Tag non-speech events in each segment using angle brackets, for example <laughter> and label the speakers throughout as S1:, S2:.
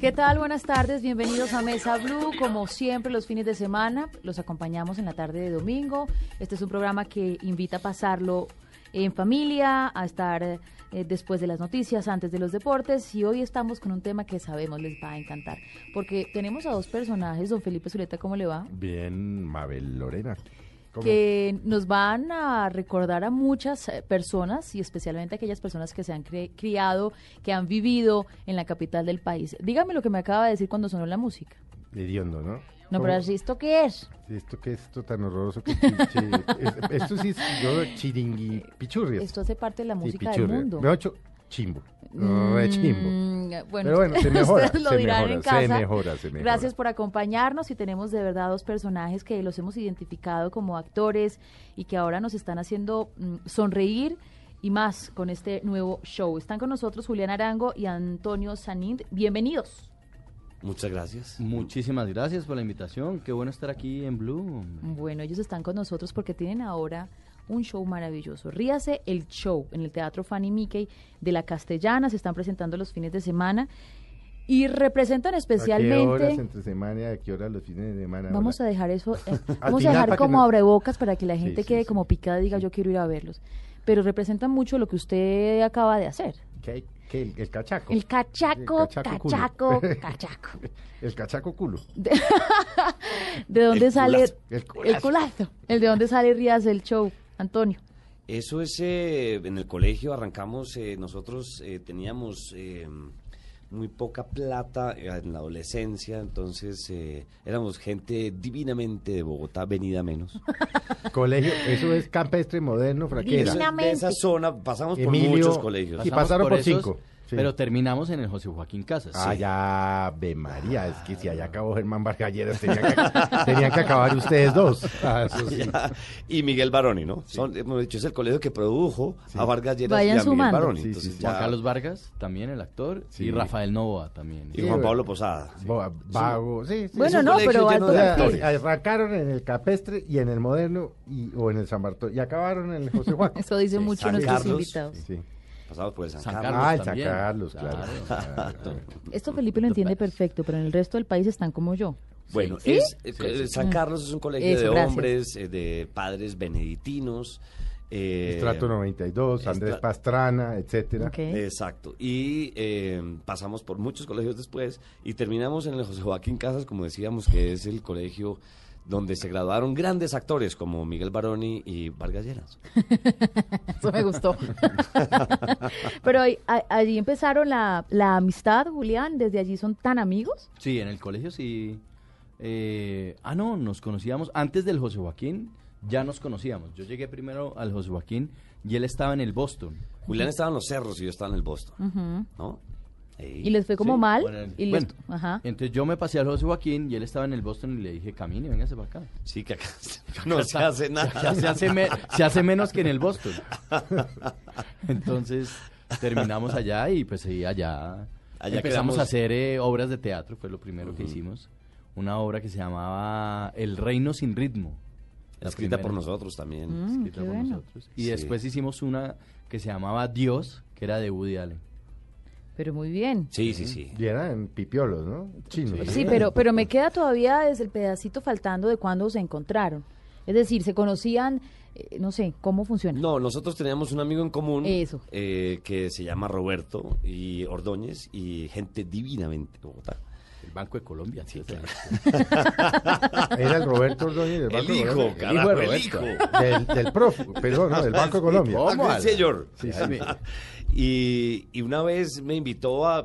S1: ¿Qué tal? Buenas tardes, bienvenidos a Mesa Blue. Como siempre, los fines de semana los acompañamos en la tarde de domingo. Este es un programa que invita a pasarlo en familia, a estar eh, después de las noticias, antes de los deportes. Y hoy estamos con un tema que sabemos les va a encantar, porque tenemos a dos personajes. Don Felipe Zuleta, ¿cómo le va?
S2: Bien, Mabel Lorena. ¿Cómo?
S1: que nos van a recordar a muchas eh, personas y especialmente a aquellas personas que se han cre- criado, que han vivido en la capital del país. Dígame lo que me acaba de decir cuando sonó la música.
S2: Hediondo, ¿no?
S1: No,
S2: ¿Cómo?
S1: pero así, ¿esto qué es?
S2: Esto que es esto tan horroroso que...
S1: <laughs>
S2: chi- es- esto sí es yo chiringui... Pichurrias.
S1: Eh, Esto hace parte de la
S2: Sí,
S1: música del
S2: pichurria.
S1: mundo.
S2: Me ha hecho chimbo.
S1: Mm,
S2: Re chimbo.
S1: Bueno, <laughs>
S2: Pero bueno, se mejora,
S1: ustedes lo
S2: se
S1: dirán
S2: mejora,
S1: en
S2: se
S1: casa.
S2: mejora, se mejora.
S1: Gracias por acompañarnos y tenemos de verdad dos personajes que los hemos identificado como actores y que ahora nos están haciendo mm, sonreír y más con este nuevo show. Están con nosotros Julián Arango y Antonio Sanind. Bienvenidos.
S3: Muchas gracias.
S4: Muchísimas gracias por la invitación. Qué bueno estar aquí en Blue.
S1: Bueno, ellos están con nosotros porque tienen ahora un show maravilloso. Ríase el show en el Teatro Fanny Mickey de la Castellana. Se están presentando los fines de semana y representan
S2: ¿A
S1: especialmente.
S2: qué horas entre semana y a qué horas los fines de semana?
S1: Vamos a
S2: Hola.
S1: dejar
S2: <laughs>
S1: eso, eh, vamos a
S2: Atinar
S1: dejar
S2: para que
S1: como
S2: no-
S1: abrebocas para que la
S2: Sí,
S1: gente
S2: sí,
S1: quede
S2: sí.
S1: como picada y diga yo quiero ir a verlos. Pero representan mucho lo que usted acaba de hacer.
S2: ¿Qué, qué, el, el cachaco.
S1: El cachaco,
S2: El
S1: cachaco,
S2: culo. <laughs>
S1: cachaco. cachaco.
S2: el cachaco culo.
S1: ¿De dónde sale
S3: culazo,
S2: el
S1: el
S2: culazo.
S1: culazo? El de dónde sale Rías el show, Antonio.
S3: Eso es, eh, en el colegio arrancamos, eh, nosotros eh, teníamos eh, muy poca plata eh, en la adolescencia, entonces eh, éramos gente divinamente de Bogotá,
S1: <laughs>
S3: venida menos.
S2: Colegio, eso es campestre moderno,
S3: Eso
S2: fraquera.
S3: es de esa zona pasamos por
S2: Emilio,
S3: muchos colegios.
S4: <laughs>
S2: Y
S4: Pasamos
S2: pasaron por
S4: esos,
S2: cinco. Sí.
S4: Pero terminamos en el José Joaquín Casas.
S2: Ah,
S4: Sí.
S2: ya, ve María, es que si
S3: Ah.
S2: allá acabó Germán Vargalleras, tenían que, tenían que acabar ustedes dos. Ah, eso sí.
S3: y Miguel Baroni, ¿no? Son, hemos dicho, es el colegio que produjo a Vargas Lleras
S1: Vayan
S3: y a Miguel
S1: sumando.
S3: Baroni.
S2: Sí, sí,
S3: entonces
S2: sí.
S3: ya-
S4: Juan Carlos Vargas, también el actor.
S2: Sí.
S4: Y Rafael Novoa también.
S3: y Juan Pablo Posada.
S2: Bo- Vago, sí, sí.
S1: Bueno,
S3: un
S1: no,
S3: colegio
S1: pero
S3: lleno
S2: O
S3: de
S2: sea,
S1: Antonio,
S3: actores.
S1: sí.
S2: arrancaron en el Capestre y en el Moderno y, o en el San Bartolo y acabaron en el José Juan.
S1: <laughs> Eso dice
S3: Sí,
S1: mucho
S3: San
S1: nuestros
S3: Carlos.
S1: invitados.
S2: Sí.
S3: Pasamos por el San,
S4: San
S3: Carlos.
S4: Carlos
S2: Ah, el San
S4: también.
S2: Carlos, claro. Ah, eh,
S4: Claro.
S2: claro.
S1: Esto Felipe lo entiende perfecto, pero en el resto del país están como yo.
S3: Bueno,
S1: ¿Sí? Mm.
S3: es, eh, eh, San Carlos es un colegio
S1: Eso,
S3: de
S1: gracias.
S3: hombres, eh, de padres benedictinos. eh,
S2: Estrato 92, Andrés
S3: Estra-
S2: Pastrana, etcétera.
S1: Ok.
S3: eh. Exacto. Y eh, pasamos por muchos colegios después y terminamos en el José Joaquín Casas, como decíamos, que es el colegio donde se graduaron grandes actores como Miguel Baroni y Vargas Lleras.
S1: Eso me
S3: <laughs>
S1: gustó. Pero ahí- a- allí empezaron la, la amistad, Julián. Desde allí son tan amigos.
S4: Sí, en el colegio sí. Eh, ah, no, nos conocíamos. Antes del José Joaquín ya nos conocíamos. Yo llegué primero al José Joaquín y él estaba en el Boston.
S3: Julián estaba en los cerros y yo estaba en el Boston, ¿no? Ey.
S1: Y les fue como
S4: Sí,
S1: mal.
S4: por el-
S1: y les-
S4: bueno,
S1: ajá.
S4: Entonces yo me pasé al José Joaquín y él estaba en el Boston y le dije, camine, véngase para acá.
S1: <laughs>
S3: Sí, que acá no se hace
S4: Ya
S3: nada.
S4: se hace, me- se hace menos que en el Boston. Entonces terminamos allá y pues sí, allá,
S3: Allá
S4: empezamos
S3: quedamos.
S4: a hacer eh, obras de teatro, fue lo primero que hicimos. Una obra que se llamaba El Reino sin Ritmo. La
S3: Escrita
S4: primera,
S3: por nosotros
S2: Ah,
S3: también.
S1: Mm,
S4: escrita
S1: qué
S4: por
S1: bueno.
S4: nosotros. Y
S3: Sí.
S4: después hicimos una que se llamaba Dios, que era de Woody Allen.
S1: Pero muy bien.
S3: Sí, sí, sí.
S2: Y eran pipiolos, ¿no? Chinos.
S4: Sí.
S1: Sí, pero, pero me queda todavía desde el pedacito faltando de cuando se encontraron. Es decir, se conocían, eh, no sé, cómo funciona.
S3: No, nosotros teníamos un amigo en común
S1: Eso.
S3: eh, que se llama Roberto y Ordóñez y gente divinamente de Bogotá.
S4: El Banco de Colombia, sí, claro.
S2: <laughs> Era el Roberto Ordóñez del Banco
S3: El hijo,
S2: Colombia.
S3: carajo,
S2: de
S3: el
S2: Roberto.
S3: hijo.
S2: Del, del prof, perdón, no, del
S3: <laughs>
S2: Banco de Colombia.
S4: ¿Cómo?
S3: Ah, sí, señor.
S4: Sí, sí.
S3: <laughs> Y, y una vez me invitó a.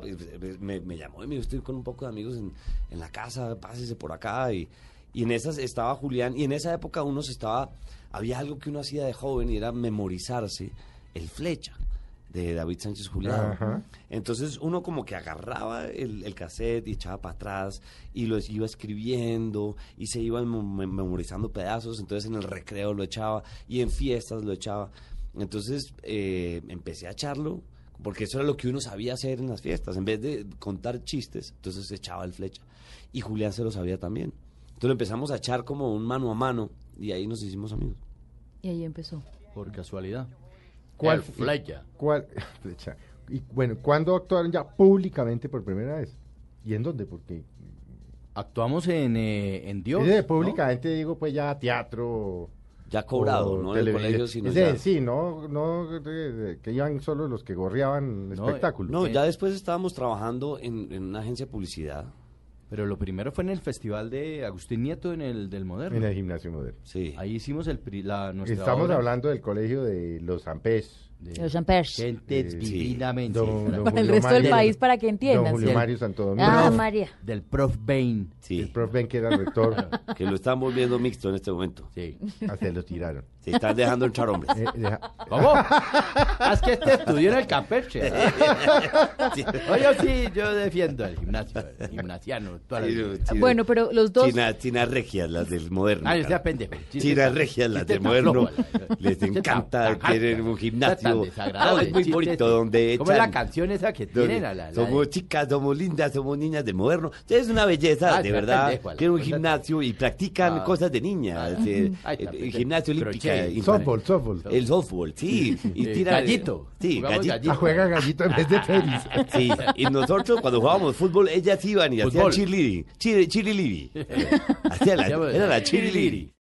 S3: Me, me llamó y me dijo: Estoy con un poco de amigos en, en la casa, pásese por acá. Y, y en esas estaba Julián. Y en esa época uno se estaba. Había algo que uno hacía de joven y era memorizarse el flecha de David Sánchez Julián.
S2: Ajá.
S3: Entonces uno como que agarraba el, el cassette y echaba para atrás y lo iba escribiendo y se iba mem- memorizando pedazos, entonces en el recreo lo echaba y en fiestas lo echaba. Entonces eh, empecé a echarlo porque eso era lo que uno sabía hacer en las fiestas, en vez de contar chistes, entonces echaba el flecha. Y Julián se lo sabía también. Entonces lo empezamos a echar como un mano a mano y ahí nos hicimos amigos.
S1: Y ahí empezó.
S4: Por casualidad.
S2: ¿Cuál
S4: El
S2: fue-
S4: Flecha.
S2: <laughs> ¿Cuál? Flecha. Y bueno, ¿cuándo actuaron ya públicamente por primera vez? ¿Y en dónde? Porque
S4: Actuamos en, eh, en Dios.
S2: Sí, de
S4: ¿no?
S2: públicamente digo, pues ya teatro.
S3: Ya cobrado,
S2: o
S3: ¿no? En el
S2: televisión.
S3: colegio, sino
S2: Es de-
S3: ya-
S2: Sí, no, no de- de- que iban solo los que gorreaban
S4: No,
S2: espectáculos.
S4: no,
S3: No, ya después estábamos trabajando en, en una agencia de publicidad.
S4: Pero lo primero fue en el festival de Agustín Nieto en el del Moderno.
S2: en el gimnasio moderno.
S3: Sí.
S4: Ahí hicimos el pri- la, nuestra
S2: Estamos
S4: obra
S2: hablando del colegio de los Zampés.
S4: de
S1: Los Ampers.
S4: gente
S2: eh, Sí.
S4: divinamente.
S1: <laughs>
S2: Don- don
S1: Para el
S2: Julio
S1: resto del
S2: Mario-
S1: país, para que
S2: Don
S1: entiendan.
S2: Julio
S1: ¿sí?
S2: Mario Santo Domingo.
S1: Ah,
S4: Prof.
S1: María.
S4: Del prof Bain.
S2: El
S3: Sí.
S2: prof Ben, que era el rector,
S3: Que lo están volviendo mixto en este momento.
S4: Sí.
S2: hasta lo
S3: <laughs>
S2: tiraron.
S3: Se están dejando entrar hombres.
S4: <laughs>
S2: Eh, deja-
S1: <laughs>
S4: ¿Cómo? Haz que este estudió en el Campeche.
S3: Sí.
S4: Oye, sí, yo defiendo el gimnasio, el gimnasiano. toda la
S3: Sí,
S4: vida.
S3: sí.
S1: Bueno, pero los dos.
S3: China, China regias, las del moderno.
S4: Ay,
S3: cara.
S4: sea pendejo. Sí,
S3: China
S4: sí,
S3: regias, las
S4: sí,
S3: del
S4: está
S3: moderno.
S4: flojo, la-
S3: Les
S4: sí, está
S3: encanta.
S4: flojo,
S3: Tienen un
S4: está tan
S3: gimnasio.
S4: desagradable,
S3: Ah, es muy
S4: sí, sí,
S3: bonito
S4: sí.
S3: donde
S4: ¿Cómo es la
S3: echan-
S4: canción esa que
S3: Donde
S4: tienen a la, la
S3: somos
S4: de-
S3: chicas, somos lindas, somos niñas de moderno. Es una belleza,
S4: Ah,
S3: de
S4: ya
S3: verdad.
S4: pendejo, la
S3: Tienen un
S4: cosa-
S3: gimnasio y practican
S4: Ah.
S3: cosas de niñas. eh,
S4: Ah. Ay,
S3: el,
S4: está
S3: el
S4: pendejo.
S3: gimnasio olímpica.
S4: Crochet.
S3: infantil.
S2: softball, softball.
S3: El softball, sí. Y
S4: Eh,
S3: tira-
S4: gallito.
S3: Sí,
S4: Jugamos
S3: gallito.
S4: gallito.
S2: Ah, juega gallito en vez de tenis.
S3: <laughs> Sí, y nosotros cuando jugábamos fútbol, ellas iban y hacían <laughs>
S4: Fútbol.
S3: cheerleading. Cheer, cheerleading. Eh, hacían la- era la cheerleading.